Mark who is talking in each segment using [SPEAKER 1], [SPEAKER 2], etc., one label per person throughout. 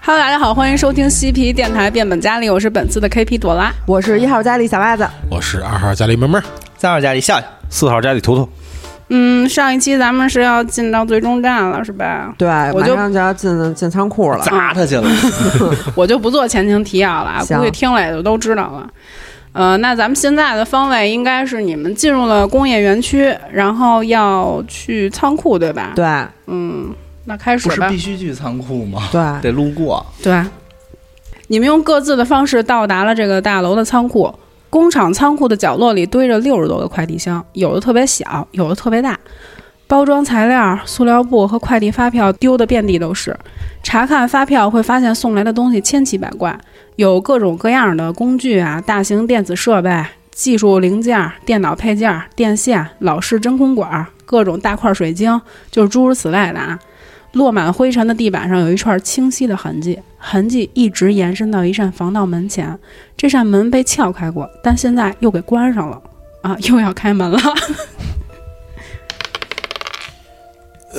[SPEAKER 1] Hello，大家好，欢迎收听西皮电台变本加厉，我是本次的 KP 朵拉。
[SPEAKER 2] 我是一号佳丽小袜子，
[SPEAKER 3] 我是二号家里妹妹，
[SPEAKER 4] 三号家里笑笑，
[SPEAKER 5] 四号家里图图，
[SPEAKER 1] 嗯，上一期咱们是要进到最终站了，是 吧？
[SPEAKER 2] 对，
[SPEAKER 1] 我
[SPEAKER 2] 马
[SPEAKER 1] 就
[SPEAKER 2] 上就要进进仓库 了。
[SPEAKER 4] 砸他去了。
[SPEAKER 1] 我就不做前情提要了啊，
[SPEAKER 2] 行
[SPEAKER 1] 估计听了也就都知道了。呃，那咱们现在的方位应该是你们进入了工业园区，然后要去仓库，对吧？。
[SPEAKER 2] 对
[SPEAKER 1] 嗯，那开始
[SPEAKER 4] 不是
[SPEAKER 1] 吧
[SPEAKER 4] 必。须去仓库吗？
[SPEAKER 2] 对，
[SPEAKER 4] 得路过，
[SPEAKER 1] 对。你们用各自的方式到达了这个大楼的仓库。工厂仓库的角落里堆着六十多个快递箱，有的特别小，有的特别大。包装材料、塑料布和快递发票丢的遍地都是。查看发票会发现送来的东西千奇百怪，有各种各样的工具啊、大型电子设备、技术零件、电脑配件、电线、老式真空管、各种大块水晶，就是诸如此类的啊。落满灰尘的地板上有一串清晰的痕迹，痕迹一直延伸到一扇防盗门前。这扇门被撬开过，但现在又给关上了。啊，又要开门了。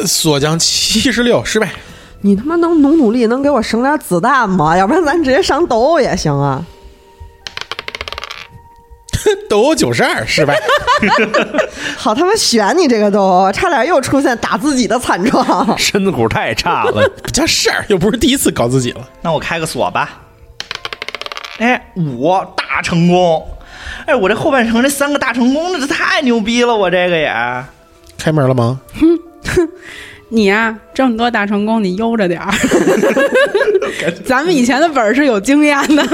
[SPEAKER 3] 所将七十六失败。
[SPEAKER 2] 你他妈能努努力，能给我省点子弹吗？ 要不然咱直接上斗殴也行啊！
[SPEAKER 3] 斗殴九十二失败，
[SPEAKER 2] 好他妈选你这个斗殴，差点又出现打自己的 惨状。
[SPEAKER 5] 身子骨太差了，
[SPEAKER 3] 不叫事儿，又不是第一次搞自己了。
[SPEAKER 4] 那我开个锁吧。哎，五大成功！哎，我这后半程这三个大成功，那这太牛逼了！我这个也，
[SPEAKER 3] 开门了吗？
[SPEAKER 1] 你呀、这么多大成功，你悠着点儿。咱们以前的本儿是有经验的。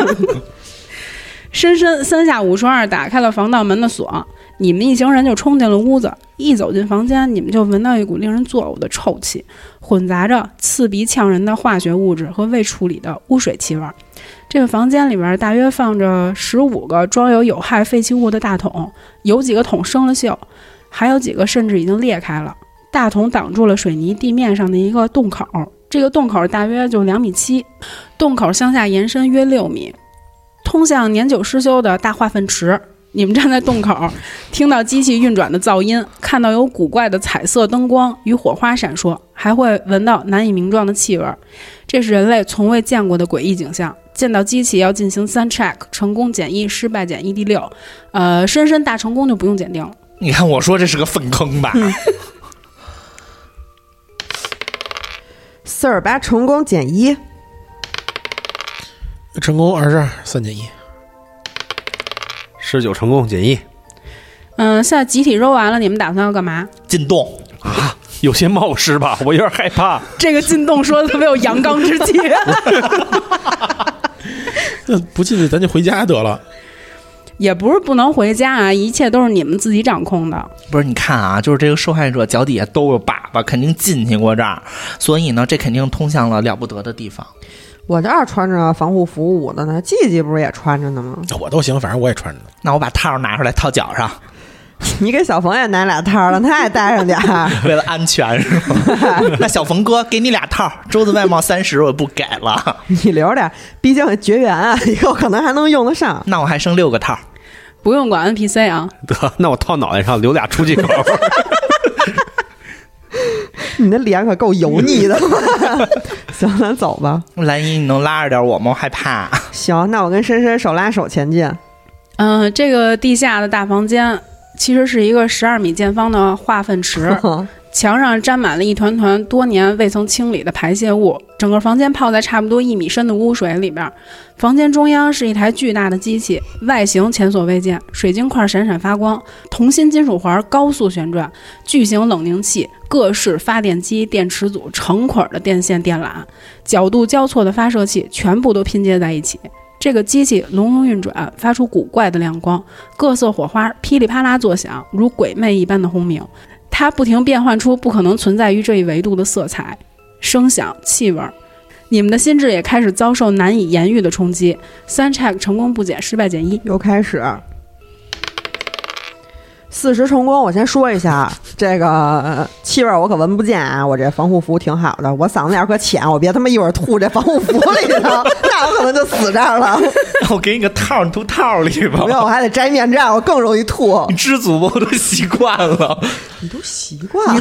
[SPEAKER 1] 深深三下五除二打开了防盗门的锁，你们一行人就冲进了屋子。一走进房间，你们就闻到一股令人作呕的臭气，混杂着刺鼻呛人的化学物质和未处理的污水气味儿。这个房间里边大约放着十五个装有有害废弃物的大桶，有几个桶生了锈，还有几个甚至已经裂开了。大桶挡住了水泥地面上的一个洞口，这个洞口大约就两米七，洞口向下延伸约六米，通向年久失修的大化粪池。你们站在洞口，听到机器运转的噪音，看到有古怪的彩色灯光与火花闪烁，还会闻到难以名状的气味儿。这是人类从未见过的诡异景象。见到机器要进行三 check，成功减一，失败减一，第六。呃，深深大成功就不用减掉了。
[SPEAKER 4] 你看我说这是个粪坑吧？
[SPEAKER 2] 四十八成功减一，
[SPEAKER 3] 成功二十二，三减一。
[SPEAKER 5] 十九成功减一，
[SPEAKER 1] 嗯、现在集体揉完了，你们打算要干嘛？
[SPEAKER 4] 进洞，
[SPEAKER 5] 有些冒失吧，我有点害怕。
[SPEAKER 1] 这个进洞说的特别有阳刚之气。
[SPEAKER 3] 那不进去咱就回家得了。
[SPEAKER 1] 也不是不能回家啊，一切都是你们自己掌控的。
[SPEAKER 4] 不是？你看啊，就是这个受害者脚底下都有粑粑，肯定进去过这儿，所以呢，这肯定通向了了不得的地方。
[SPEAKER 2] 我这儿穿着防护服捂的呢，季季不是也穿着 呢吗？
[SPEAKER 3] 我都行，反正我也穿着呢。
[SPEAKER 4] 那我把套拿出来套脚上，
[SPEAKER 2] 你给小冯也拿俩套，让他也带上 点儿。
[SPEAKER 4] 为了安全是吗？那小冯哥给你俩套，周子外贸三十我不给了。
[SPEAKER 2] 你留着点儿，毕竟绝缘啊， 以后可能还能用得上。
[SPEAKER 4] 那我还剩六个套，
[SPEAKER 1] 不用管 NPC 啊，
[SPEAKER 5] 得， 那我套脑袋上留俩出气口。
[SPEAKER 2] 你的脸可够油腻 的。行，咱走吧。
[SPEAKER 4] 蓝姨，你能拉着点我吗？我害怕。
[SPEAKER 2] 行，那我跟深深手拉手前进。
[SPEAKER 1] 嗯、这个地下的大房间其实是一个十二米见方的化粪 池，墙上沾满了一团团多年未曾清理的排泄物，整个房间泡在差不多一米深的污水里边儿。房间中央是一台巨大的机器，外形前所未见，水晶块闪闪发光，铜锌金属环高速旋转，巨型冷凝器、各式发电机、电池组、成捆儿的电线电缆、角度交错的发射器，全部都拼接在一起。这个机器隆隆运转，发出古怪的亮光，各色火花噼里啪啦作响，如鬼魅一般的轰鸣。它不停变换出不可能存在于这一维度的色彩、声响、气味儿。你们的心智也开始遭受难以言喻的冲击。三 check 成功不减，失败减一。
[SPEAKER 2] 又开始。四十重光，我先说一下，这个呃气味儿我可闻不见啊！我这防护服挺好的，我嗓子眼儿可浅，我别他妈一会儿吐这防护服里头， 那我可能就死这儿了。
[SPEAKER 4] 我给你个套，你吐套里吧
[SPEAKER 2] 不。要，我还得摘面罩，我更容易吐
[SPEAKER 4] 你。知足吧，我都习惯了。
[SPEAKER 2] 你都习惯了，你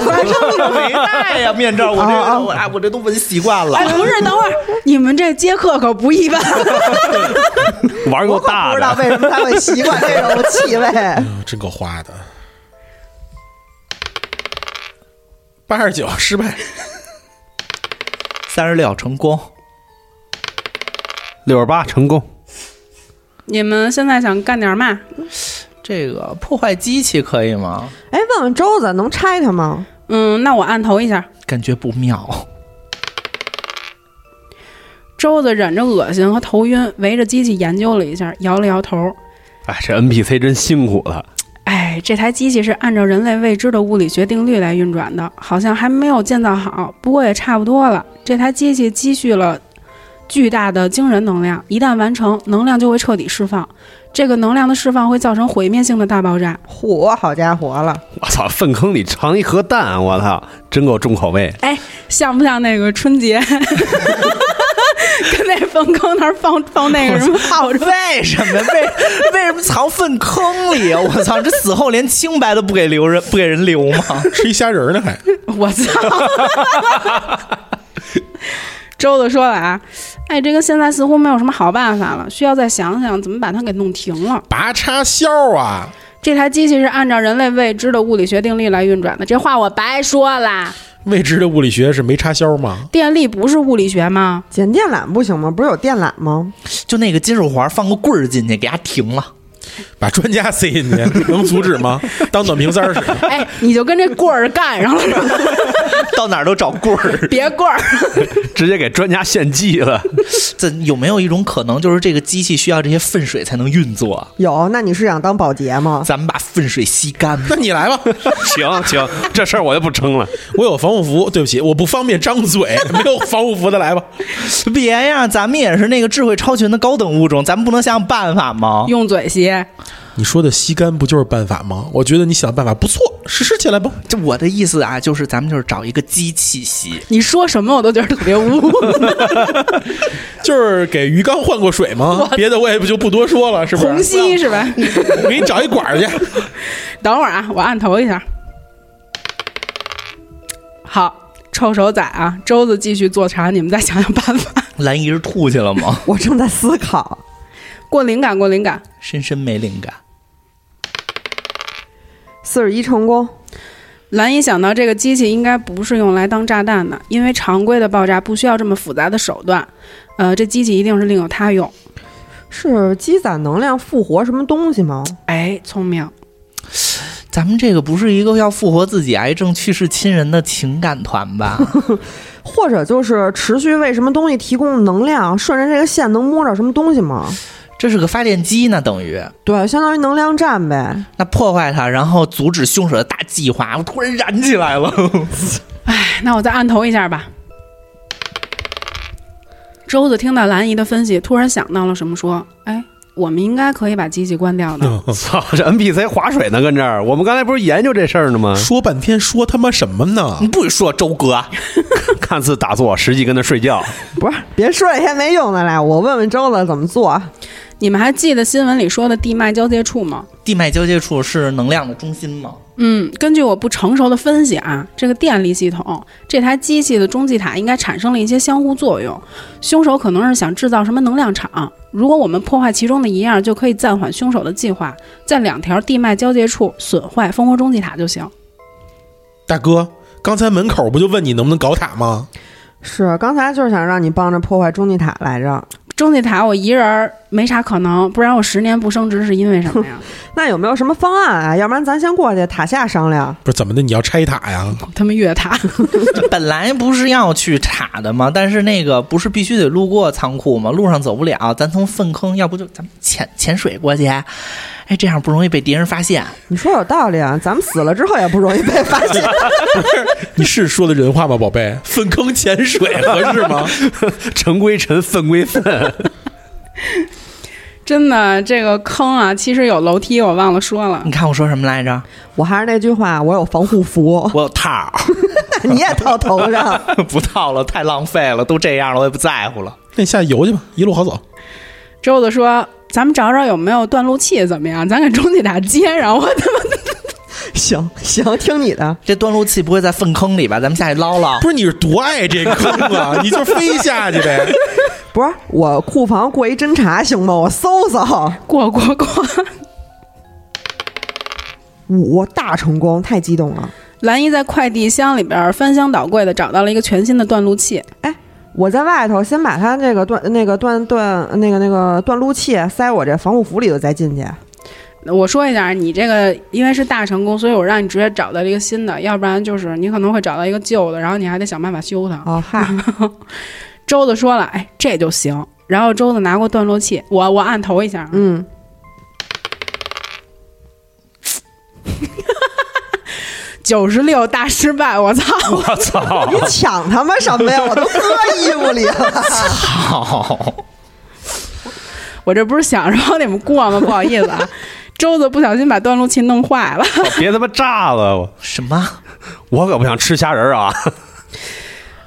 [SPEAKER 4] 我没戴呀面罩，我这
[SPEAKER 2] 啊啊
[SPEAKER 4] 我哎，我这都闻习惯 了
[SPEAKER 1] 哎，。不是，等会儿你们这接客可不一般，
[SPEAKER 5] 玩
[SPEAKER 2] 我可
[SPEAKER 5] 够
[SPEAKER 2] 不
[SPEAKER 5] 大
[SPEAKER 2] 知道
[SPEAKER 5] 的，
[SPEAKER 2] 为什么他会习惯这种气 味。哎
[SPEAKER 3] 嗯真够花的。八十九失败，
[SPEAKER 4] 三十六成功，
[SPEAKER 5] 六十八成功，
[SPEAKER 1] 你们现在想干点嘛？
[SPEAKER 4] 这个破坏机器可以吗？
[SPEAKER 2] 哎，问问周子能拆它吗？
[SPEAKER 1] 嗯，那我按头一下。
[SPEAKER 4] 感觉不妙。
[SPEAKER 1] 周子忍着恶心和头晕，围着机器研究了一下，摇了摇头。
[SPEAKER 5] 哎，这 NPC 真辛苦了。
[SPEAKER 1] 哎，这台机器是按照人类未知的物理学定律来运转的，好像还没有建造好，不过也差不多了。这台机器积蓄了巨大的惊人能量，一旦完成，能量就会彻底释放。这个能量的释放会造成毁灭性的大爆炸。
[SPEAKER 2] 嚯，好家伙了！
[SPEAKER 5] 我操，粪坑里藏一盒蛋，我操，真够重口味。
[SPEAKER 1] 哎，像不像那个春节？跟那粪坑那儿放放那个什么炮着？
[SPEAKER 4] 为什 么？为为什么藏粪坑里啊？我操！这死后连清白都不给留人，不给人留吗？
[SPEAKER 3] 吃一虾仁儿呢还。
[SPEAKER 1] 我操！ 周子说了啊，哎，这个现在似乎没有什么好办法了，需要再想想怎么把它给弄停了。
[SPEAKER 3] 拔插销啊！
[SPEAKER 1] 这台机器是按照人类未知的物理学定律来运转的，这话我白说啦。
[SPEAKER 3] 未知的物理学是没插销吗？
[SPEAKER 1] 电力不是物理学吗？
[SPEAKER 2] 剪电缆不行吗？不是有电缆吗？
[SPEAKER 4] 就那个金手环放个棍儿进去，给它停了。
[SPEAKER 3] 把专家塞进去 能阻止吗？当短瓶塞儿使？
[SPEAKER 1] 哎，你就跟这棍儿干上了是吧？
[SPEAKER 4] 到哪儿都找棍儿。
[SPEAKER 1] 别棍儿，
[SPEAKER 5] 直接给专家献祭了。
[SPEAKER 4] 这有没有一种可能，就是这个机器需要这些粪水才能运作？
[SPEAKER 2] 有，那你是想当保洁 吗？
[SPEAKER 4] 咱们把粪水吸干吧。
[SPEAKER 3] 那你来吧，
[SPEAKER 5] 行行，这事儿我就不争了。
[SPEAKER 3] 我有防护服。对不起，我不方便张嘴，没有防护服的来吧。
[SPEAKER 4] 别呀，咱们也是那个智慧超群的高等物种，咱们不能想想办法吗？
[SPEAKER 1] 用嘴吸。
[SPEAKER 3] 你说的吸干不就是办法吗？我觉得你想的办法不错，实施起来吧。
[SPEAKER 4] 这我的意思啊，就是咱们就是找一个机器吸。
[SPEAKER 1] 你说什么我都觉得特别污。
[SPEAKER 3] 就是给鱼缸换过水吗？别的我也不就不多说了，是不
[SPEAKER 1] 虹
[SPEAKER 3] 是？
[SPEAKER 1] 吸是吧？
[SPEAKER 3] 我给你找一管儿去。
[SPEAKER 1] 等会儿啊，我按头一下。好，臭手仔啊，周子继续做茶，你们再想想办法。
[SPEAKER 4] 蓝姨是吐去了吗？
[SPEAKER 2] 我正在思考，
[SPEAKER 1] 过灵感，过灵感。
[SPEAKER 4] 深深没灵感。
[SPEAKER 2] 四十一成功，
[SPEAKER 1] 蓝姨想到这个机器应该不是用来当炸弹的，因为常规的爆炸不需要这么复杂的手段。呃，这机器一定是另有他用。
[SPEAKER 2] 是积攒能量复活什么东西吗？
[SPEAKER 1] 哎，聪明。
[SPEAKER 4] 咱们这个不是一个要复活自己癌症去世亲人的情感团吧？
[SPEAKER 2] 或者就是持续为什么东西提供能量，顺着这个线能摸着什么东西吗？
[SPEAKER 4] 这是个发电机呢，等于
[SPEAKER 2] 对，相当于能量站呗。
[SPEAKER 4] 那破坏它，然后阻止凶手的大计划。我突然燃起来了，
[SPEAKER 1] 哎，那我再按头一下吧。周子听到蓝姨的分析，突然想到了什么，说：“哎，我们应该可以把机器关掉的。
[SPEAKER 5] 嗯操，这 NPC 划水呢，跟这儿。我们刚才不是研究这事儿呢吗？
[SPEAKER 3] 嗯说半天说他妈什么呢
[SPEAKER 4] 你？不许说周哥，啊
[SPEAKER 5] 看似打坐，实际跟他睡觉。
[SPEAKER 2] 不是，别说这些没用的啦，我问问周子怎么做。啊
[SPEAKER 1] 你们还记得新闻里说的地脉交界处吗？
[SPEAKER 4] 地脉交界处是能量的中心吗？
[SPEAKER 1] 嗯，根据我不成熟的分析啊，这个电力系统，这台机器的中继塔应该产生了一些相互作用。凶手可能是想制造什么能量场，如果我们破坏其中的一样，就可以暂缓凶手的计划，在两条地脉交界处损坏蜂窝中继塔就行。
[SPEAKER 3] 大哥，刚才门口不就问你能不能搞塔吗？
[SPEAKER 2] 是，刚才就是想让你帮着破坏中继塔来着。
[SPEAKER 1] 中继塔我一人儿没啥可能，不然我十年不升职是因为什么呀？
[SPEAKER 2] 那有没有什么方案啊？要不然咱先过去塔下商量。
[SPEAKER 3] 不是怎么的？你要拆塔呀？
[SPEAKER 1] 他们越塔，
[SPEAKER 4] 本来不是要去查的吗？但是那个不是必须得路过仓库吗？路上走不了，咱从粪坑，要不就咱们潜潜水过去，哎，这样不容易被敌人发现。
[SPEAKER 2] 你说有道理啊，咱们死了之后也不容易被发现。
[SPEAKER 3] 你是说的人话吗，宝贝？粪坑潜 水合适吗？
[SPEAKER 5] 尘归尘，粪归粪。
[SPEAKER 1] 真的这个坑啊，其实有楼梯，我忘了说了
[SPEAKER 4] 你。看我说什么来着？，
[SPEAKER 2] 我还是那句话，我有防护服
[SPEAKER 4] 我有套，
[SPEAKER 2] 你也套头 上。
[SPEAKER 4] 不套了，太浪费了，都这样了，我也不在乎了。
[SPEAKER 3] 那你下去游去吧，一路好走。
[SPEAKER 1] 周子说：“咱们找找有没有断路器，怎么样？咱给钟姐俩接上。” 我他妈
[SPEAKER 2] 行行，听你的。
[SPEAKER 4] 这断路器不会在粪坑里吧？咱们下去捞捞。
[SPEAKER 3] 不是你是多爱这坑啊，你就非下去 呗。
[SPEAKER 2] 不是我库房过一侦查行吗？我搜搜
[SPEAKER 1] 过过 过！
[SPEAKER 2] 五大成功，太激动了。
[SPEAKER 1] 兰姨在快递箱里边翻箱倒柜的找到了一个全新的断路器，
[SPEAKER 2] 我在外头先把他那个断那个断断那个那个断路器塞我这防护服里头再进去。
[SPEAKER 1] 我说一下，你这个因为是大成功，所以我让你直接找到一个新的，要不然就是你可能会找到一个旧的，然后你还得想办法修它。
[SPEAKER 2] 哦嗨，
[SPEAKER 1] 周子说了，哎，这就行。然后周子拿过断路器，我我按头一下，
[SPEAKER 2] 嗯，
[SPEAKER 1] 九十六大失败，我操！
[SPEAKER 4] 我操！
[SPEAKER 2] 你抢他们什 么呀？我都搁衣服里 了。
[SPEAKER 4] 好，
[SPEAKER 1] 我这不是想着往你们过吗？不好意思啊，周子不小心把断路器弄坏了。
[SPEAKER 5] 别他妈炸了，我
[SPEAKER 4] 什么？
[SPEAKER 5] 我可不想吃虾仁儿啊！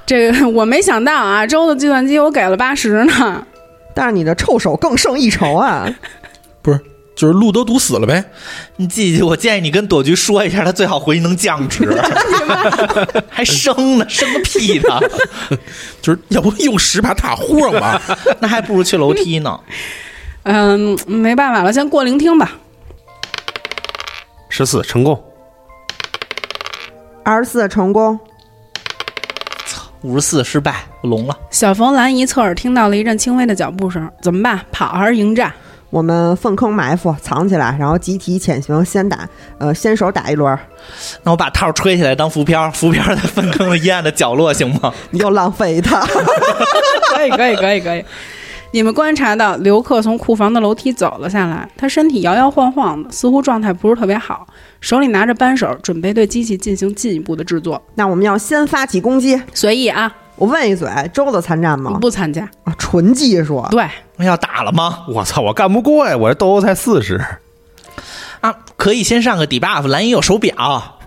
[SPEAKER 1] 这个我没想到啊，周的计算机我给了八十呢。
[SPEAKER 2] 但是你的臭手更胜一筹啊！
[SPEAKER 3] 不是，就是路都堵死了呗。
[SPEAKER 4] 你记记，我建议你跟朵菊说一下，他最好回去能降职。还生呢，生个屁呢！
[SPEAKER 3] 就是要不用十把塔糊上 吧。
[SPEAKER 4] 那还不如去楼梯呢。
[SPEAKER 1] 嗯，没办法了，先过聆听吧。
[SPEAKER 5] 十四成功，
[SPEAKER 2] 二十四成功，
[SPEAKER 4] 五十四失败，我聋了。
[SPEAKER 1] 小冯兰姨侧耳听到了一阵轻微的脚步声，怎么办？跑还是迎战？
[SPEAKER 2] 我们粪坑埋伏，藏起来，然后集体潜行，先打，呃，先手打一轮，
[SPEAKER 4] 那我把套吹起来当浮漂，浮漂在粪坑的阴暗的角落行吗？
[SPEAKER 2] 你又浪费一趟。
[SPEAKER 1] 可以，可以，可以，可以。你们观察到刘克从库房的楼梯走了下来，他身体摇摇晃晃的，似乎状态不是特别好，手里拿着扳手，准备对机器进行进一步的制作。
[SPEAKER 2] 那我们要先发起攻击。
[SPEAKER 1] 随意啊，
[SPEAKER 2] 我问一嘴，周子参战
[SPEAKER 1] 你
[SPEAKER 2] 吗？
[SPEAKER 1] 不参加？
[SPEAKER 2] 啊， 纯技术。
[SPEAKER 1] 对，
[SPEAKER 4] 那 要打了吗？
[SPEAKER 5] 我操，我干不过呀！我这斗殴才四十，
[SPEAKER 4] 啊，可以先上个底啊 buff，蓝姨有手表，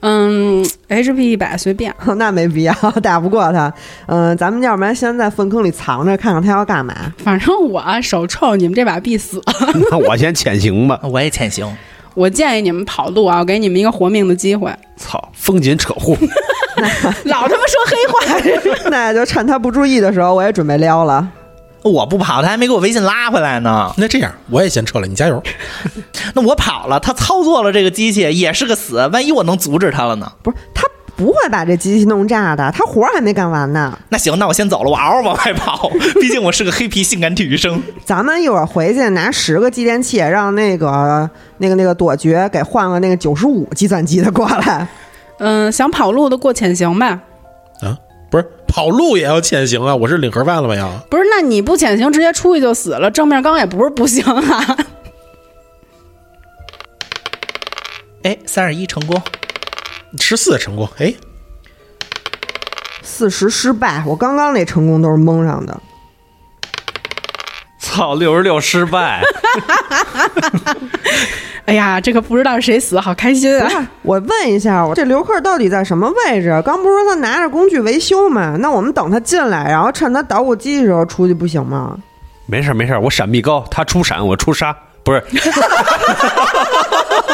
[SPEAKER 1] 嗯，HP 一百随便。
[SPEAKER 2] 那没必要，打不过他。嗯、咱们要不然先在粪坑里藏着，看看他要干嘛。
[SPEAKER 1] 反正我啊手臭，你们这把必死。
[SPEAKER 5] 那我先潜行吧。
[SPEAKER 4] 我也潜行。
[SPEAKER 1] 我建议你们跑路啊，我给你们一个活命的机会。
[SPEAKER 5] 操，风紧扯呼，
[SPEAKER 1] 老他妈说黑话，
[SPEAKER 2] 那就趁他不注意的时候，我也准备撩了。
[SPEAKER 4] 我不跑，他还没给我微信拉回来呢。
[SPEAKER 3] 那这样，我也先撤了，你加油。
[SPEAKER 4] 那我跑了，他操作了这个机器也是个死，万一我能阻止他了呢？
[SPEAKER 2] 不是他不会把这机器弄炸的，他活儿还没干完呢。
[SPEAKER 4] 那行，那我先走了，我嗷嗷往外跑， 毕竟我是个黑皮性感体育生。
[SPEAKER 2] 咱们一会儿回去拿十个继电器，让那个那个那个朵爵给换个那个九十五计算机的过来。
[SPEAKER 1] 嗯，想跑路的过潜行呗。
[SPEAKER 3] 啊不是跑路也要践行啊！我是领盒饭了吗？要
[SPEAKER 1] 不是，那你不潜行直接出去就死了，正面刚也不是不行啊。
[SPEAKER 4] 哎，三十一成功，
[SPEAKER 3] 十四成功，哎，
[SPEAKER 2] 四十失败，我刚刚那成功都是蒙上的。
[SPEAKER 5] 操，六十六失 败，
[SPEAKER 1] 哎呀，这个不知道谁死，好开心
[SPEAKER 2] 不
[SPEAKER 1] 啊！
[SPEAKER 2] 是，我问一下，我这刘克到底在什么位置？刚不是说他拿着工具维修吗？那我们等他进来，然后趁他捣鼓机的时候出去，不行吗？
[SPEAKER 5] 没事儿没事儿，我闪避高，他出闪，我出杀，不是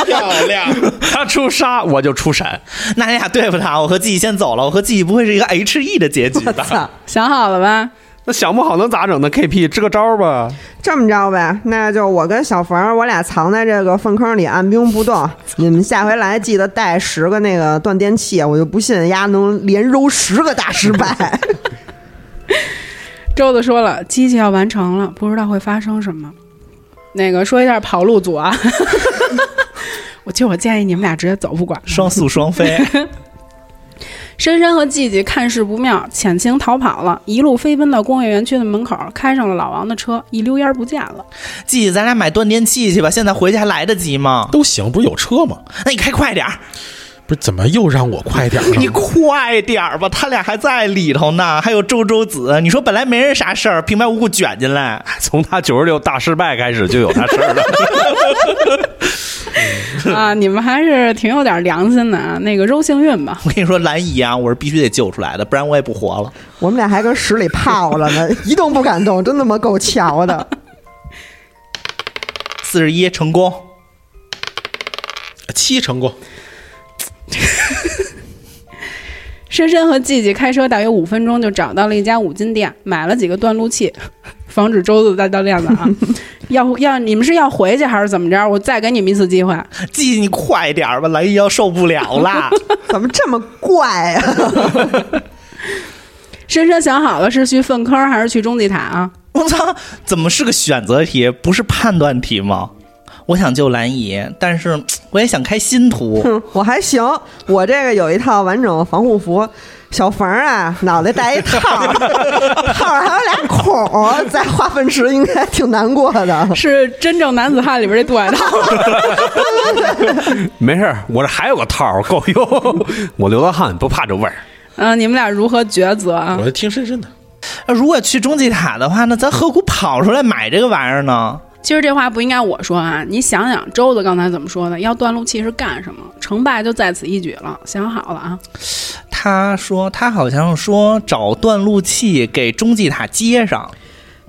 [SPEAKER 3] 漂亮！
[SPEAKER 5] 他出杀我就出闪，
[SPEAKER 4] 那你俩对付他，我和季先走了，我和季不会是一个 H E 的结局
[SPEAKER 2] 我
[SPEAKER 4] 吧？
[SPEAKER 2] 操！
[SPEAKER 1] 想好了吧？
[SPEAKER 5] 那想不好能咋整呢？KP 支个招儿吧，
[SPEAKER 2] 这么着呗，那就我跟小冯，我俩藏在这个粪坑里按兵不动。你们下回来记得带十个那个断电器，我就不信丫能连揉十个大失败。
[SPEAKER 1] 周子说了，机器要完成了，不知道会发生什么。那个说一下跑路组啊， 我就我建议你们俩直接走，不管了。
[SPEAKER 4] 双宿双 飞，
[SPEAKER 1] 深深和季季看势不妙，潜行逃跑了，一路飞奔到工业园区的门口，开上了老王的车，一溜烟儿不见 了。
[SPEAKER 4] 季，咱俩买断电器去吧，现在回去还来得及吗？
[SPEAKER 3] 都行，不是有车吗？
[SPEAKER 4] 那你开快点儿，
[SPEAKER 3] 不是怎么又让我快点儿 呢？
[SPEAKER 4] 你快点儿吧，他俩还在里头呢，还有周周子，你说本来没人啥事儿，平白无故卷进来，
[SPEAKER 5] 从他九十六大失败开始就有他事儿了。
[SPEAKER 1] 啊，你们还是挺有点良心的啊。那个揉幸运吧，
[SPEAKER 4] 我跟你说，兰姨啊，我是必须得救出来的，不然我也不活了。
[SPEAKER 2] 我们俩还跟屎里泡了呢，一动不敢动，真他妈够瞧的。
[SPEAKER 4] 四十一成功，
[SPEAKER 3] 啊七成功，
[SPEAKER 1] 深深和季季开车大约五分钟就找到了一家五金店，买了几个断路 器，防止周子再掉链子 啊。要要你们是要回去还是怎么着？我再给你们一次机会。啊
[SPEAKER 4] 记你快点儿吧，兰姨要受不了啦。
[SPEAKER 2] 怎么这么怪啊呀、
[SPEAKER 1] 深深想好了是去粪坑还是去中继塔 啊？
[SPEAKER 4] 我操，怎么是个选择题，不是判断题吗？我想救兰姨，但是嘖我也想开新图。
[SPEAKER 2] 哼， 我还行，我这个有一套完整防护服。小冯啊，脑袋戴一 套，套上还有俩孔儿，在化粪池应该挺难过的。
[SPEAKER 1] 是真正男子汉里边这杜 海涛。
[SPEAKER 5] 没事儿，我这还有个套儿够 用。我流浪汉不怕这味儿。
[SPEAKER 1] 嗯、你们俩如何抉择啊
[SPEAKER 3] 我？听深深的。
[SPEAKER 4] 如果去中继塔的话，那咱何苦跑出来买这个玩意儿呢？
[SPEAKER 1] 其实这话不应该我说啊，你想想周子刚才怎么说的？要断路器是干什么？成败就在此一举了。想好了啊，
[SPEAKER 4] 他说他好像说找断路器给中继塔接上，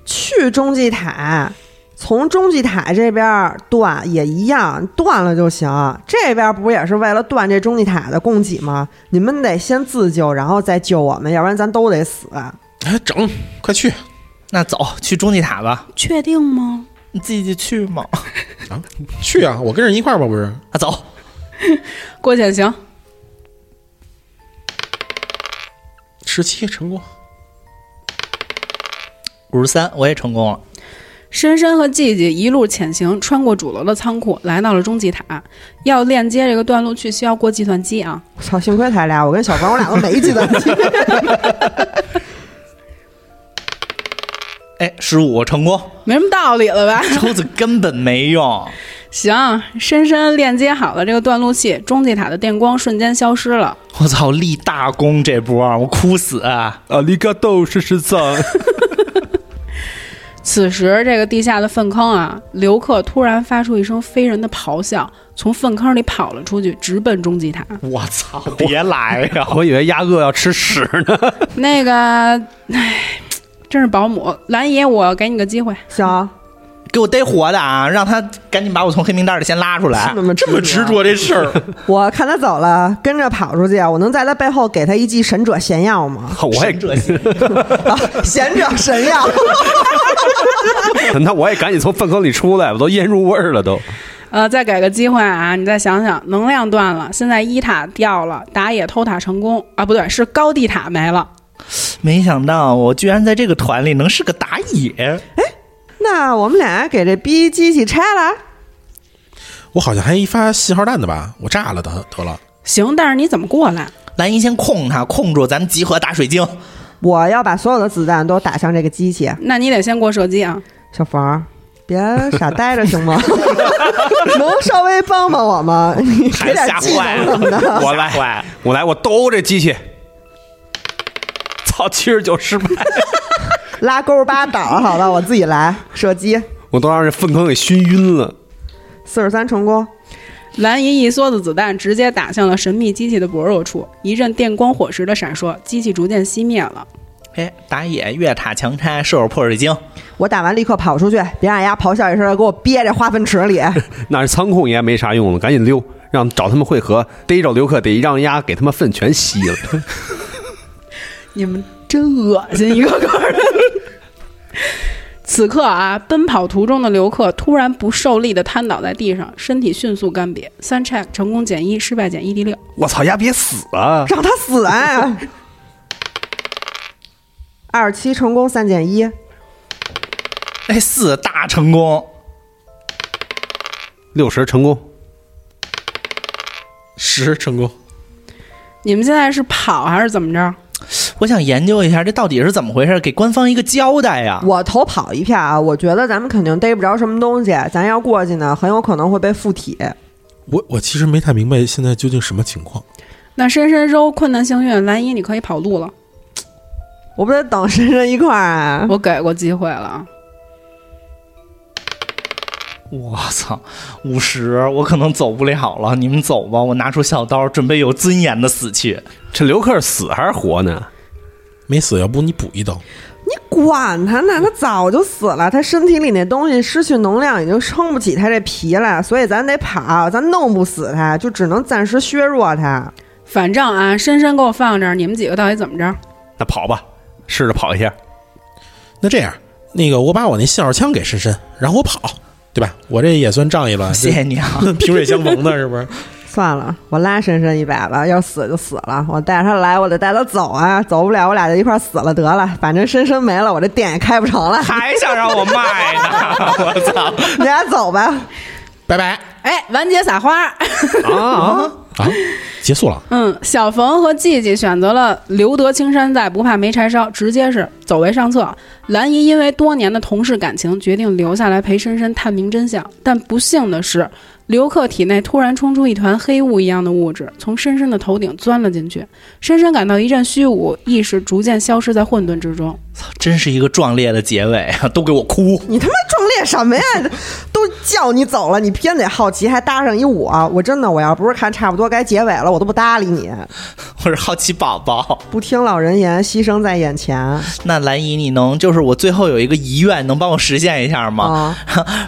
[SPEAKER 2] 去中继塔，从中继塔这边断也一样，断了就行。这边不也是为了断这中继塔的供给吗？你们得先自救，然后再救我们，要不然咱都得死。
[SPEAKER 3] 哎，整，快去！
[SPEAKER 4] 那走去中继塔吧，
[SPEAKER 1] 确定吗？
[SPEAKER 4] 你自己去嘛。
[SPEAKER 3] 去啊！我跟人一块儿吧，不是？
[SPEAKER 4] 啊，走，
[SPEAKER 1] 郭且行，
[SPEAKER 3] 十七成功，
[SPEAKER 4] 五十三我也成功了。
[SPEAKER 1] 深深和季季一路潜行，穿过主楼的仓库，来到了中继塔。要链接这个断路器，需要过计算机啊。
[SPEAKER 2] 我操，幸亏他俩，我跟小冯我俩都没计算 机。
[SPEAKER 4] 哎，十五成功，
[SPEAKER 1] 没什么道理了吧？
[SPEAKER 4] 周子根本没用。
[SPEAKER 1] 行，深深链接好了这个断路器，中继塔的电光瞬间消失了。
[SPEAKER 4] 我操，立大功这波，我哭死、
[SPEAKER 5] 啊，里嘎豆是十 三，
[SPEAKER 1] 此时，这个地下的粪坑啊，刘克突然发出一声非人的咆哮，从粪坑里跑了出去，直奔中继塔。
[SPEAKER 4] 我操，别来呀！
[SPEAKER 5] 我以为鸭哥要吃屎 呢。
[SPEAKER 1] 那个，唉，真是保姆兰爷，我给你个机会。
[SPEAKER 2] 行，
[SPEAKER 4] 给我逮活的啊！让他赶紧把我从黑名单里先拉出来
[SPEAKER 2] 那。么
[SPEAKER 3] 这么执着这事儿，
[SPEAKER 2] 我看他走了，跟着跑出去，啊我能在他背后给他一记神者降药 吗？
[SPEAKER 5] 我
[SPEAKER 4] 神者行
[SPEAKER 2] 啊，贤者神药，
[SPEAKER 5] 也，那我也赶紧从粪坑里出来，我都腌入味儿了都。
[SPEAKER 1] 呃，再给个机会啊！你再想想，能量断了，现在一塔掉了，打野偷塔成功啊，不对，是高地塔没了。
[SPEAKER 4] 没想到我居然在这个团里能是个打野，
[SPEAKER 2] 那我们俩给这逼机器拆了。
[SPEAKER 3] 我好像还一发信号弹的吧？我炸了他得了。
[SPEAKER 1] 行，但是你怎么过来？
[SPEAKER 4] 兰姨先控他，控住，咱们集合打水晶。
[SPEAKER 2] 我要把所有的子弹都打向这个机器，
[SPEAKER 1] 那你得先过射击啊！
[SPEAKER 2] 小冯儿，别傻呆着行 吗？能稍微帮帮我吗？你给点
[SPEAKER 4] 吓
[SPEAKER 2] 技
[SPEAKER 4] 坏
[SPEAKER 2] 能什
[SPEAKER 4] 了
[SPEAKER 2] 么的。
[SPEAKER 5] 我
[SPEAKER 4] 吓坏
[SPEAKER 5] 来，我来，我兜这机器。 操，七十九失败，
[SPEAKER 2] 拉勾八倒，好吧，我自己来射击，
[SPEAKER 5] 我都让这粪坑给熏晕了。
[SPEAKER 2] 四十三成功。
[SPEAKER 1] 蓝姨一梭子子弹直接打向了神秘机器的薄弱处，一阵电光火石的闪烁，机器逐渐熄灭了。
[SPEAKER 4] 哎，打野越塔强拆，射手破水晶。
[SPEAKER 2] 我打完立刻跑出去，别让丫咆哮一声，给我憋这化粪池里。
[SPEAKER 5] 那是仓库应该没啥用了，赶紧溜，让找他们会合，逮着刘克得让丫给他们粪全吸了。
[SPEAKER 1] 你们真恶心，一个个的。此刻啊，奔跑途中的刘克突然不受力的瘫倒在地上，身体迅速干瘪。三 check 成功减一，失败减一第六。
[SPEAKER 5] 我操，丫别死 啊！
[SPEAKER 2] 让他死啊！二十七成功三减一，
[SPEAKER 4] 哎，四大成功，
[SPEAKER 5] 六十成功，
[SPEAKER 3] 十成功，
[SPEAKER 1] 你们现在是跑还是怎么着？
[SPEAKER 4] 我想研究一下这到底是怎么回事，给官方一个交代呀。
[SPEAKER 2] 我投跑一票啊！我觉得咱们肯定逮不着什么东西，咱要过去呢，很有可能会被附体。
[SPEAKER 3] 我我其实没太明白现在究竟什么情况。
[SPEAKER 1] 那深深收困难幸运，蓝一你可以跑路了，
[SPEAKER 2] 我不得等深深一块儿啊？
[SPEAKER 1] 我给过机会了啊。
[SPEAKER 4] 我操，五十，我可能走不了了，你们走吧，我拿出小刀，准备有尊严的死去。
[SPEAKER 3] 啊
[SPEAKER 5] 这刘克死还是活呢？
[SPEAKER 3] 没死，要不你补一刀？
[SPEAKER 2] 你管他呢，他早就死了，他身体里那东西失去能量，已经撑不起他这皮了，所以咱得跑，咱弄不死他，就只能暂时削弱他。
[SPEAKER 1] 反正啊，深深给我放这儿，你们几个到底怎么着？
[SPEAKER 5] 那跑吧，试着跑一下。
[SPEAKER 3] 那这样，那个我把我那信号枪给深深，然后我跑，对吧？我这也算仗义了，
[SPEAKER 4] 谢谢你 啊，
[SPEAKER 3] 这萍 水相逢的是不是？
[SPEAKER 2] 算了，我拉深深一把吧，要死就死了。我带着他来，我得带他走啊，走不了，我俩就一块儿死了得了。反正深深没了，我这店也开不成 了，
[SPEAKER 4] 还想让我卖呢，我操！
[SPEAKER 2] 你俩走吧。
[SPEAKER 3] 拜拜
[SPEAKER 1] 哎，完结撒花。
[SPEAKER 5] 啊，
[SPEAKER 3] 啊，结束了。
[SPEAKER 1] 嗯，小冯和季季选择了留得青山在，不怕没柴烧，直接是走为上策。兰姨因为多年的同事感情，决定留下来陪深深探明真相。但不幸的是，刘克体内突然冲出一团黑雾一样的物质，从深深的头顶钻了进去。深深感到一阵虚无，意识逐渐消失在混沌之中。
[SPEAKER 4] 真是一个壮烈的结尾啊，都给我哭！
[SPEAKER 2] 你他妈壮烈什么呀？都叫你走了，你偏得好奇，还搭上一我。我真的，我要不是看差不多该结尾了，我都不搭理你。
[SPEAKER 4] 我是好奇宝宝。
[SPEAKER 2] 不听老人言，牺牲在眼前啊！
[SPEAKER 4] 那兰姨，你能就是我最后有一个遗愿，能帮我实现一下
[SPEAKER 3] 啊
[SPEAKER 4] 吗？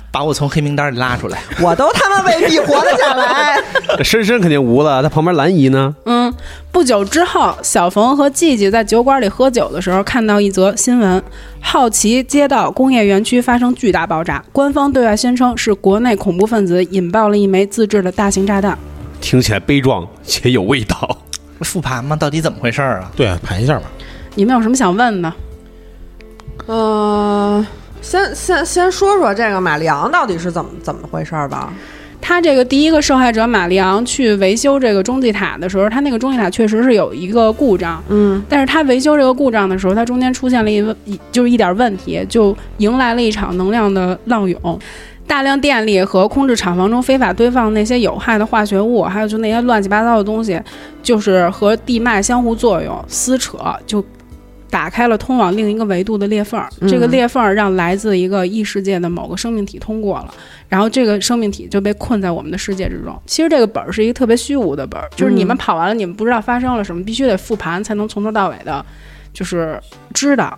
[SPEAKER 4] 把我从黑名单里拉出来。
[SPEAKER 2] 啊我都他妈未必活得下来。
[SPEAKER 5] 这深深肯定无了，他旁边蓝姨呢？
[SPEAKER 1] 嗯，不久之后，小冯和季季在酒馆里喝酒的时候，看到一则新闻：好奇街道工业园区发生巨大爆炸，官方对外宣称是国内恐怖分子引爆了一枚自制的大型炸弹。
[SPEAKER 5] 听起来悲壮且有味道。
[SPEAKER 4] 复盘吗？到底怎么回事儿啊？
[SPEAKER 3] 对，盘一下吧。
[SPEAKER 1] 你们有什么想问的？
[SPEAKER 2] 嗯、先先先说说这个马良到底是怎么怎么回事儿吧。
[SPEAKER 1] 他这个第一个受害者马里昂去维修这个中继塔的时候，他那个中继塔确实是有一个故障，
[SPEAKER 2] 嗯，
[SPEAKER 1] 但是他维修这个故障的时候，他中间出现了一问，一就是一点问题，就迎来了一场能量的浪涌。大量电力和控制厂房中非法堆放那些有害的化学物，还有就那些乱七八糟的东西，就是和地脉相互作用撕扯，就打开了通往另一个维度的裂缝儿。
[SPEAKER 2] 嗯
[SPEAKER 1] 这个裂缝儿让来自一个异世界的某个生命体通过了，然后这个生命体就被困在我们的世界之中。其实这个本儿是一个特别虚无的本儿，就是你们跑完了，你们不知道发生了什么，必须得复盘才能从头到尾的，就是知道。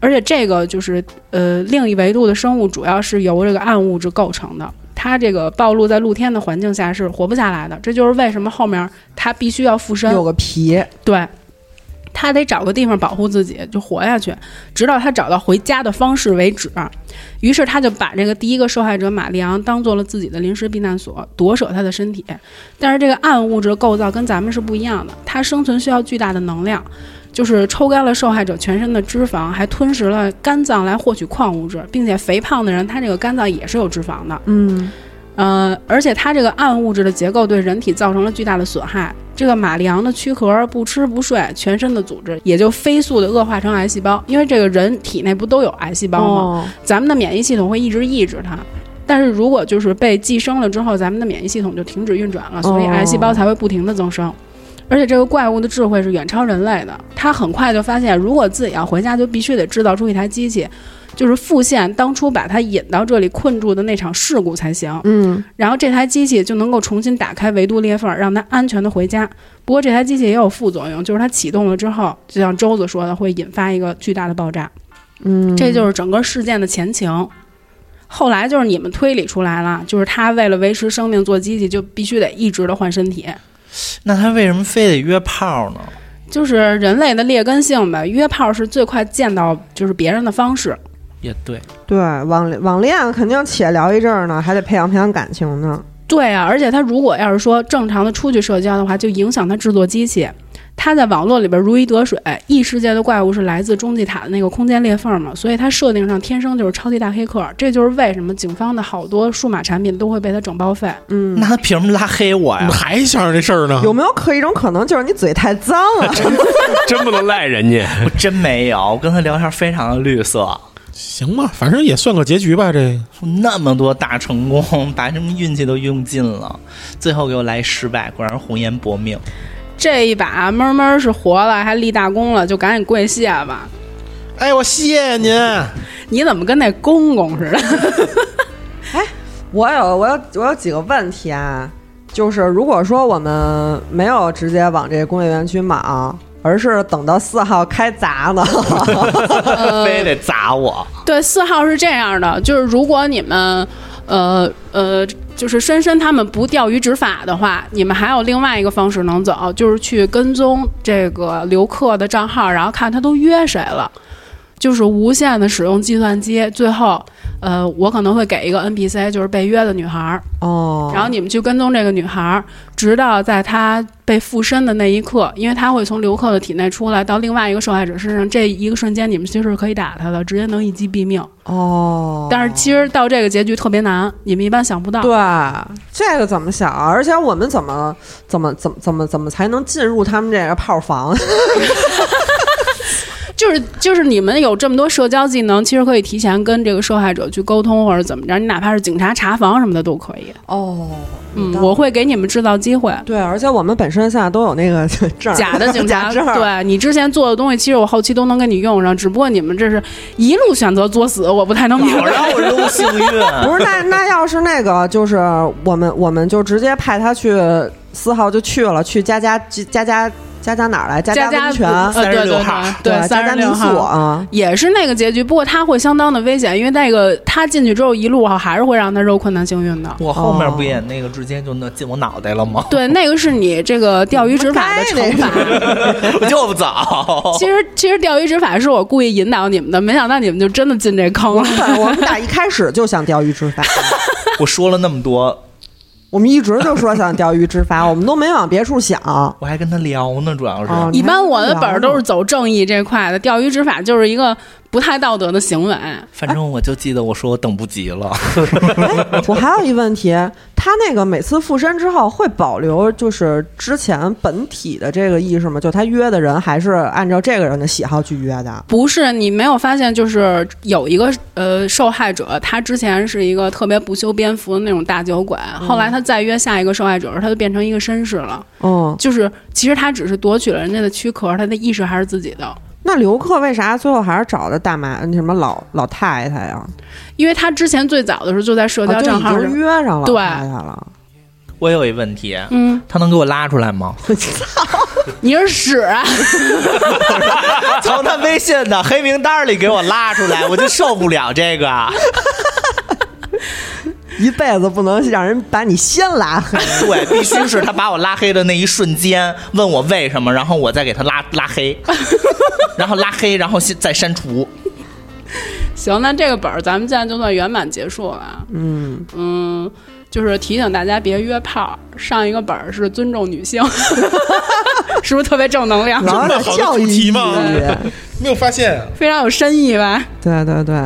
[SPEAKER 1] 而且这个就是呃，另一维度的生物主要是由这个暗物质构成的。它这个暴露在露天的环境下是活不下来的，这就是为什么后面它必须要附身。
[SPEAKER 2] 有个皮，
[SPEAKER 1] 对，他得找个地方保护自己，就活下去，直到他找到回家的方式为止。于是他就把这个第一个受害者马利昂当做了自己的临时避难所，夺舍他的身体。但是这个暗物质构造跟咱们是不一样的，它生存需要巨大的能量。就是抽干了受害者全身的脂肪，还吞食了肝脏来获取矿物质，并且肥胖的人他这个肝脏也是有脂肪的，
[SPEAKER 2] 嗯，
[SPEAKER 1] 呃，而且它这个暗物质的结构对人体造成了巨大的损害。这个马里昂的躯壳不吃不睡，全身的组织也就飞速的恶化成癌细胞，因为这个人体内不都有癌细胞吗？
[SPEAKER 2] 哦，
[SPEAKER 1] 咱们的免疫系统会一直抑制它。但是如果就是被寄生了之后，咱们的免疫系统就停止运转了，所以
[SPEAKER 2] 哦
[SPEAKER 1] 癌细胞才会不停的增生。而且这个怪物的智慧是远超人类的，他很快就发现，如果自己要回家，就必须得制造出一台机器，就是复现当初把他引到这里困住的那场事故才行。
[SPEAKER 2] 嗯，
[SPEAKER 1] 然后这台机器就能够重新打开维度裂缝，让它安全的回家。不过这台机器也有副作用，就是它启动了之后，就像周子说的，会引发一个巨大的爆炸。嗯，这就是整个事件的前情。后来就是你们推理出来了，就是他为了维持生命做机器，就必须得一直的换身体。
[SPEAKER 4] 那他为什么非得约炮呢？
[SPEAKER 1] 就是人类的劣根性呗，约炮是最快见到就是别人的方式。
[SPEAKER 4] 也对，
[SPEAKER 2] 对，网网恋肯定且聊一阵儿呢，还得培养培养感情呢。
[SPEAKER 1] 对啊，而且他如果要是说正常的出去社交的话，就影响他制作机器。他在网络里边如鱼得水，异世界的怪物是来自中继塔的那个空间裂缝嘛，所以他设定上天生就是超级大黑客，这就是为什么警方的好多数码产品都会被他整报废。
[SPEAKER 2] 嗯，
[SPEAKER 4] 那他凭什么拉黑我
[SPEAKER 3] 怎
[SPEAKER 4] 哎呀
[SPEAKER 3] 么？还想着这事
[SPEAKER 1] 啊
[SPEAKER 3] 儿呢？
[SPEAKER 2] 有没有可一种可能，就是你嘴太脏了？
[SPEAKER 5] 真不能赖人家。
[SPEAKER 4] 我真没有，我跟他聊天非常的绿色。
[SPEAKER 3] 行吧，反正也算个结局吧。这
[SPEAKER 4] 那么多大成功，把什么运气都用尽了，最后给我来失败，果然红颜薄命。
[SPEAKER 1] 这一把闷闷是活了，还立大功了，就赶紧跪下吧。
[SPEAKER 3] 哎，我谢谢您。
[SPEAKER 1] 你怎么跟那公公似的？
[SPEAKER 2] 我有我有我有几个问题啊，就是如果说我们没有直接往这个工业园区莽，而是等到四号开砸呢，
[SPEAKER 1] 呃
[SPEAKER 4] 非得砸我，
[SPEAKER 1] 对，四号是这样的，就是如果你们，呃呃，就是深深他们不钓鱼执法的话，你们还有另外一个方式能走，就是去跟踪这个留客的账号，然后看他都约谁了。就是无限的使用计算机，最后，呃，我可能会给一个 NPC，就是被约的女孩儿，
[SPEAKER 2] 哦，
[SPEAKER 1] 然后你们去跟踪这个女孩儿，直到在她被附身的那一刻，因为她会从刘克的体内出来到另外一个受害者身上，这一个瞬间你们其实是可以打她的，直接能一击毙命。
[SPEAKER 2] 哦，
[SPEAKER 1] 但是其实到这个结局特别难，你们一般想不到。
[SPEAKER 2] 对这个怎么想啊？而且我们怎么怎么怎么怎么怎么才能进入他们这个炮房？
[SPEAKER 1] 就是就是你们有这么多社交技能，其实可以提前跟这个受害者去沟通或者怎么着，你哪怕是警察查房什么的都可以。
[SPEAKER 2] 哦，
[SPEAKER 1] 嗯，我会给你们制造机 会。
[SPEAKER 2] 对，而且我们本身现在都有那个 证儿，
[SPEAKER 1] 假的警察，
[SPEAKER 2] 证儿，
[SPEAKER 1] 对你之前做的东西，其实我后期都能给你用上，只不过你们这是一路选择作死，我不太能明
[SPEAKER 4] 老
[SPEAKER 1] 白。
[SPEAKER 4] 让 我扔幸运。
[SPEAKER 2] 不是，那那要是那个，就是我们我们就直接派他去四号就去了，去佳佳佳佳佳佳哪儿来？佳
[SPEAKER 1] 家
[SPEAKER 2] 温
[SPEAKER 1] 家
[SPEAKER 2] 泉，
[SPEAKER 1] 呃，对对
[SPEAKER 4] 36
[SPEAKER 1] 对
[SPEAKER 4] 号
[SPEAKER 1] 对，
[SPEAKER 2] 佳
[SPEAKER 1] 三
[SPEAKER 2] 佳
[SPEAKER 1] 十
[SPEAKER 2] 民
[SPEAKER 1] 六
[SPEAKER 2] 宿
[SPEAKER 1] 号。
[SPEAKER 2] 啊。
[SPEAKER 1] 也是那个结局，不过他会相当的危险，因为那个他进去之后一路哈还是会让他肉困难幸运的。
[SPEAKER 4] 我后面
[SPEAKER 1] 哦
[SPEAKER 4] 不也那个直接就那进我脑袋了吗？
[SPEAKER 1] 对，那个是你这个钓鱼执法的惩罚。
[SPEAKER 4] 我就不早，
[SPEAKER 1] 其实其实钓鱼执法是我故意引导你们的，没想到你们就真的进这坑
[SPEAKER 2] 我
[SPEAKER 1] 了。
[SPEAKER 2] 们本我们打一开始就想钓鱼执法，
[SPEAKER 4] 我说了那么多，
[SPEAKER 2] 我们一直就说想钓鱼执法，我们都没往别处想。
[SPEAKER 4] 我还跟他聊呢，主要是。
[SPEAKER 2] 哦
[SPEAKER 1] 一般我的本儿都是走正义这块的，钓鱼执法就是一个不太道德的行为。
[SPEAKER 4] 反正我就记得我说我等不及了，
[SPEAKER 2] 哎我还有一问题，他那个每次附身之后会保留就是之前本体的这个意识吗？就他约的人还是按照这个人的喜好去约的？
[SPEAKER 1] 不是你没有发现，就是有一个呃受害者，他之前是一个特别不修边幅的那种大酒鬼，后来他再约下一个受害者的时候，他就变成一个绅士了。
[SPEAKER 2] 嗯，
[SPEAKER 1] 就是其实他只是夺取了人家的躯壳，他的意识还是自己的，
[SPEAKER 2] 那刘克为啥最后还是找的大妈那什么老老太太呀？
[SPEAKER 1] 因为他之前最早的时候就在社交
[SPEAKER 2] 啊
[SPEAKER 1] 账号
[SPEAKER 2] 就已
[SPEAKER 1] 上，
[SPEAKER 2] 经约上老
[SPEAKER 1] 哦对
[SPEAKER 2] 太太了。
[SPEAKER 4] 我有一问题，
[SPEAKER 1] 嗯，
[SPEAKER 4] 他能给我拉出来吗？
[SPEAKER 1] 你是屎啊！
[SPEAKER 4] 从他微信的黑名单里给我拉出来，我就受不了这个。
[SPEAKER 2] 一辈子不能让人把你先拉 黑，
[SPEAKER 4] 对，必须是他把我拉黑的那一瞬间，问我为什么，然后我再给他拉拉黑， 然后拉黑，然后先再删除。
[SPEAKER 1] 行，那这个本儿咱们现在就算圆满结束了。嗯嗯，就是提醒大家别约炮。上一个本儿是尊重女性， 是不是特别正 能量？
[SPEAKER 2] 然后
[SPEAKER 3] 这么
[SPEAKER 2] 在
[SPEAKER 3] 好的
[SPEAKER 2] 教育
[SPEAKER 3] 主
[SPEAKER 2] 意
[SPEAKER 3] 题
[SPEAKER 2] 义。
[SPEAKER 3] 吗没有发现啊
[SPEAKER 1] 非常有深意吧？
[SPEAKER 2] 对对对，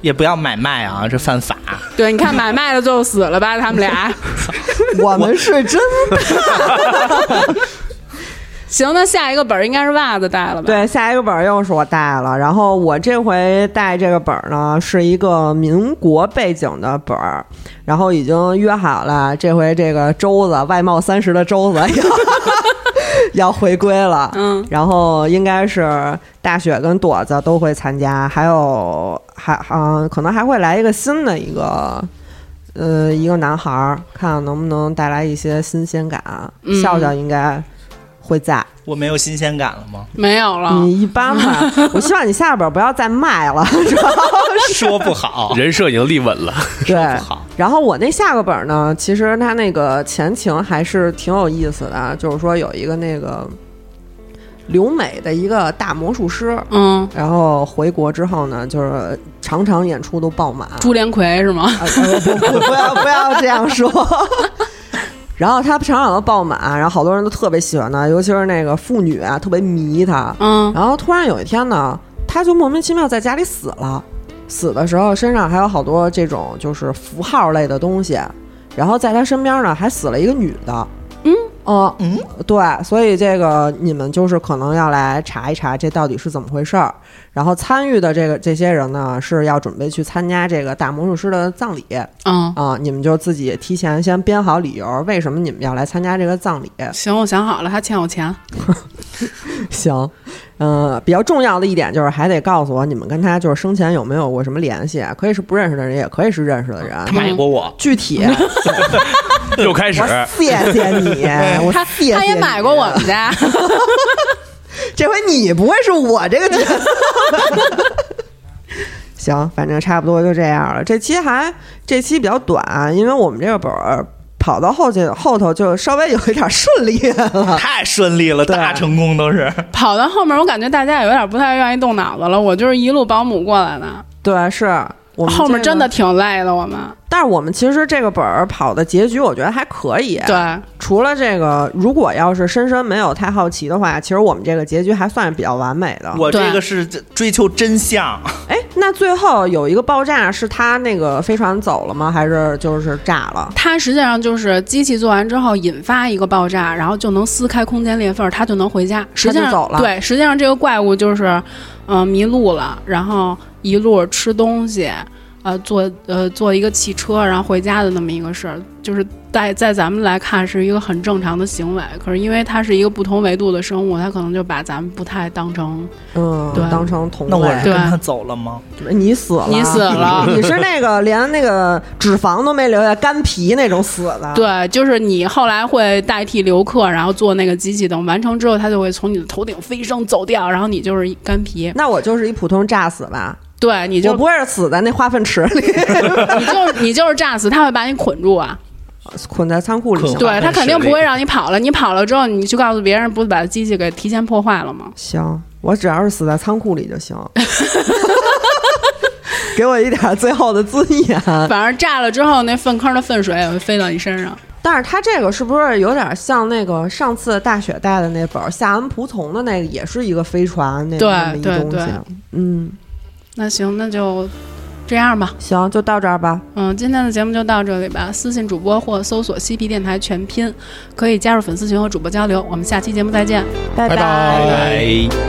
[SPEAKER 4] 也不要买卖啊，这犯法。
[SPEAKER 1] 对，你看买卖的最后死了吧？他们 俩。
[SPEAKER 2] 我们是真
[SPEAKER 1] 行，那下一个本儿应该是袜子带了吧？，
[SPEAKER 2] 对，下一个本儿又是我带了，然后我这回带这个本儿呢，是一个民国背景的本儿，然后已经约好了，这回这个周子外贸三十的周子 要要回归了，
[SPEAKER 1] 嗯，
[SPEAKER 2] 然后应该是大雪跟朵子都会参加，还有还嗯、可能还会来一个新的一个。呃，一个男孩儿，看看能不能带来一些新鲜感。啊
[SPEAKER 1] 嗯
[SPEAKER 2] 笑笑应该会在，
[SPEAKER 4] 我没有新鲜感了 吗？
[SPEAKER 1] 没有了。
[SPEAKER 2] 你一般吧，我希望你下边不要再卖了， 知道吗
[SPEAKER 4] 说不 好，
[SPEAKER 5] 人设已经立稳了，
[SPEAKER 2] 对
[SPEAKER 4] 不。好。
[SPEAKER 2] 然后我那下个本儿呢，其实它那个前情还是挺有意思的，啊就是说有一个那个留美的一个大魔术师，
[SPEAKER 1] 嗯，
[SPEAKER 2] 然后回国之后呢，就是场场演出都爆满，
[SPEAKER 1] 朱连魁是 吗？
[SPEAKER 2] 啊呃不不不要不要这样说。然后他场场都爆满，然后好多人都特别喜欢他，尤其是那个妇女啊，特别迷他。
[SPEAKER 1] 嗯，
[SPEAKER 2] 然后突然有一天呢，他就莫名其妙在家里死了。死的时候身上还有好多这种就是符号类的东西，然后在他身边呢还死了一个女的。嗯，嗯
[SPEAKER 4] 嗯，
[SPEAKER 2] 对，所以这个你们就是可能要来查一查这到底是怎么回事儿。然后参与的这个这些人呢，是要准备去参加这个大魔术师的葬礼
[SPEAKER 1] 嗯，
[SPEAKER 2] 啊，你们就自己提前先编好理由，为什么你们要来参加这个葬礼？
[SPEAKER 1] 行，我想好了，他欠我钱。
[SPEAKER 2] 行，嗯，比较重要的一点就是还得告诉我你们跟他就是生前有没有过什么联系，可以是不认识的人，也可以是认识的人
[SPEAKER 4] 他。买过 我，
[SPEAKER 2] 具体，
[SPEAKER 5] 又开始
[SPEAKER 2] 我谢谢 你，我
[SPEAKER 1] 他
[SPEAKER 2] 谢谢
[SPEAKER 1] 他也
[SPEAKER 2] 你啊
[SPEAKER 1] 买过我们家，
[SPEAKER 2] 这回你不会是我这个角 色。行，反正差不多就这样了。这期还这期比较短、啊因为我们这个本儿跑到后去后头就稍微有一点顺利了。
[SPEAKER 4] 太顺利了，大成功都是。
[SPEAKER 1] 跑到后面，我感觉大家有点不太愿意动脑子了。我就是一路保姆过来的，
[SPEAKER 2] 对，是我们、
[SPEAKER 1] 后面真的，挺累的。我们
[SPEAKER 2] 但是我们其实这个本儿跑的结局，我觉得还可以。
[SPEAKER 1] 对，
[SPEAKER 2] 除了这个，如果要是深深没有太好奇的话，其实我们这个结局还算是比较完美的。
[SPEAKER 4] 我
[SPEAKER 1] 对
[SPEAKER 4] 这个是追求真相，
[SPEAKER 2] 哎，那最后有一个爆炸，是他那个飞船走了吗？还是就是炸了？
[SPEAKER 1] 它实际上就是机器做完之后引发一个爆炸，然后就能撕开空间裂缝，它就能回家。实际上
[SPEAKER 2] 它就走了
[SPEAKER 1] 对，实际上这个怪物就是，嗯、迷路了，然后一路吃东西，呃，坐呃坐一个汽车，然后回家的那么一个事儿，就是在在咱们来看是一个很正常的行为，可是因为它是一个不同维度的生物，它可能就把咱们不太当成
[SPEAKER 2] 嗯，
[SPEAKER 1] 对
[SPEAKER 2] 当成同
[SPEAKER 4] 那我
[SPEAKER 2] 类
[SPEAKER 4] 是。跟他走了吗？
[SPEAKER 2] 你死了，
[SPEAKER 1] 你死了
[SPEAKER 2] 你是那个连那个脂肪都没留下，干皮那种死的。，
[SPEAKER 1] 对，就是你后来会代替留客，然后做那个机器，等完成之后，它就会从你的头顶飞升走掉，然后你就是一干皮。
[SPEAKER 2] 那我就是一普通炸死吧，
[SPEAKER 1] 对，你
[SPEAKER 2] 我
[SPEAKER 1] 就
[SPEAKER 2] 不会是死在那化粪池里，
[SPEAKER 1] 你就是你就是炸死，它会把你捆住啊。
[SPEAKER 2] 捆在仓库里行
[SPEAKER 4] 捆
[SPEAKER 2] 吗。
[SPEAKER 1] 对，它肯定
[SPEAKER 4] 是
[SPEAKER 1] 不会让你跑了。你跑了之后，你去告诉别人，不是把机器给提前破坏了 吗？
[SPEAKER 2] 行，我只要是死在仓库里就行。 给我一点最后的尊严。
[SPEAKER 1] 反正炸了之后，那粪坑的粪水也会飞到你身上。
[SPEAKER 2] 但是他这个是不是有点像那个上次大雪带的那本《夏安仆从》的那个，也是一个飞船那
[SPEAKER 1] 对
[SPEAKER 2] 那么一
[SPEAKER 1] 对
[SPEAKER 2] 东西
[SPEAKER 1] 对？
[SPEAKER 2] 嗯，
[SPEAKER 1] 那行，那就这样吧。
[SPEAKER 2] 行，就到这儿吧。
[SPEAKER 1] 嗯，今天的节目就到这里吧。私信主播或搜索“嬉皮电台全拼”，可以加入粉丝群和主播交流。我们下期节目再见。
[SPEAKER 2] 拜
[SPEAKER 3] 拜拜
[SPEAKER 5] 拜。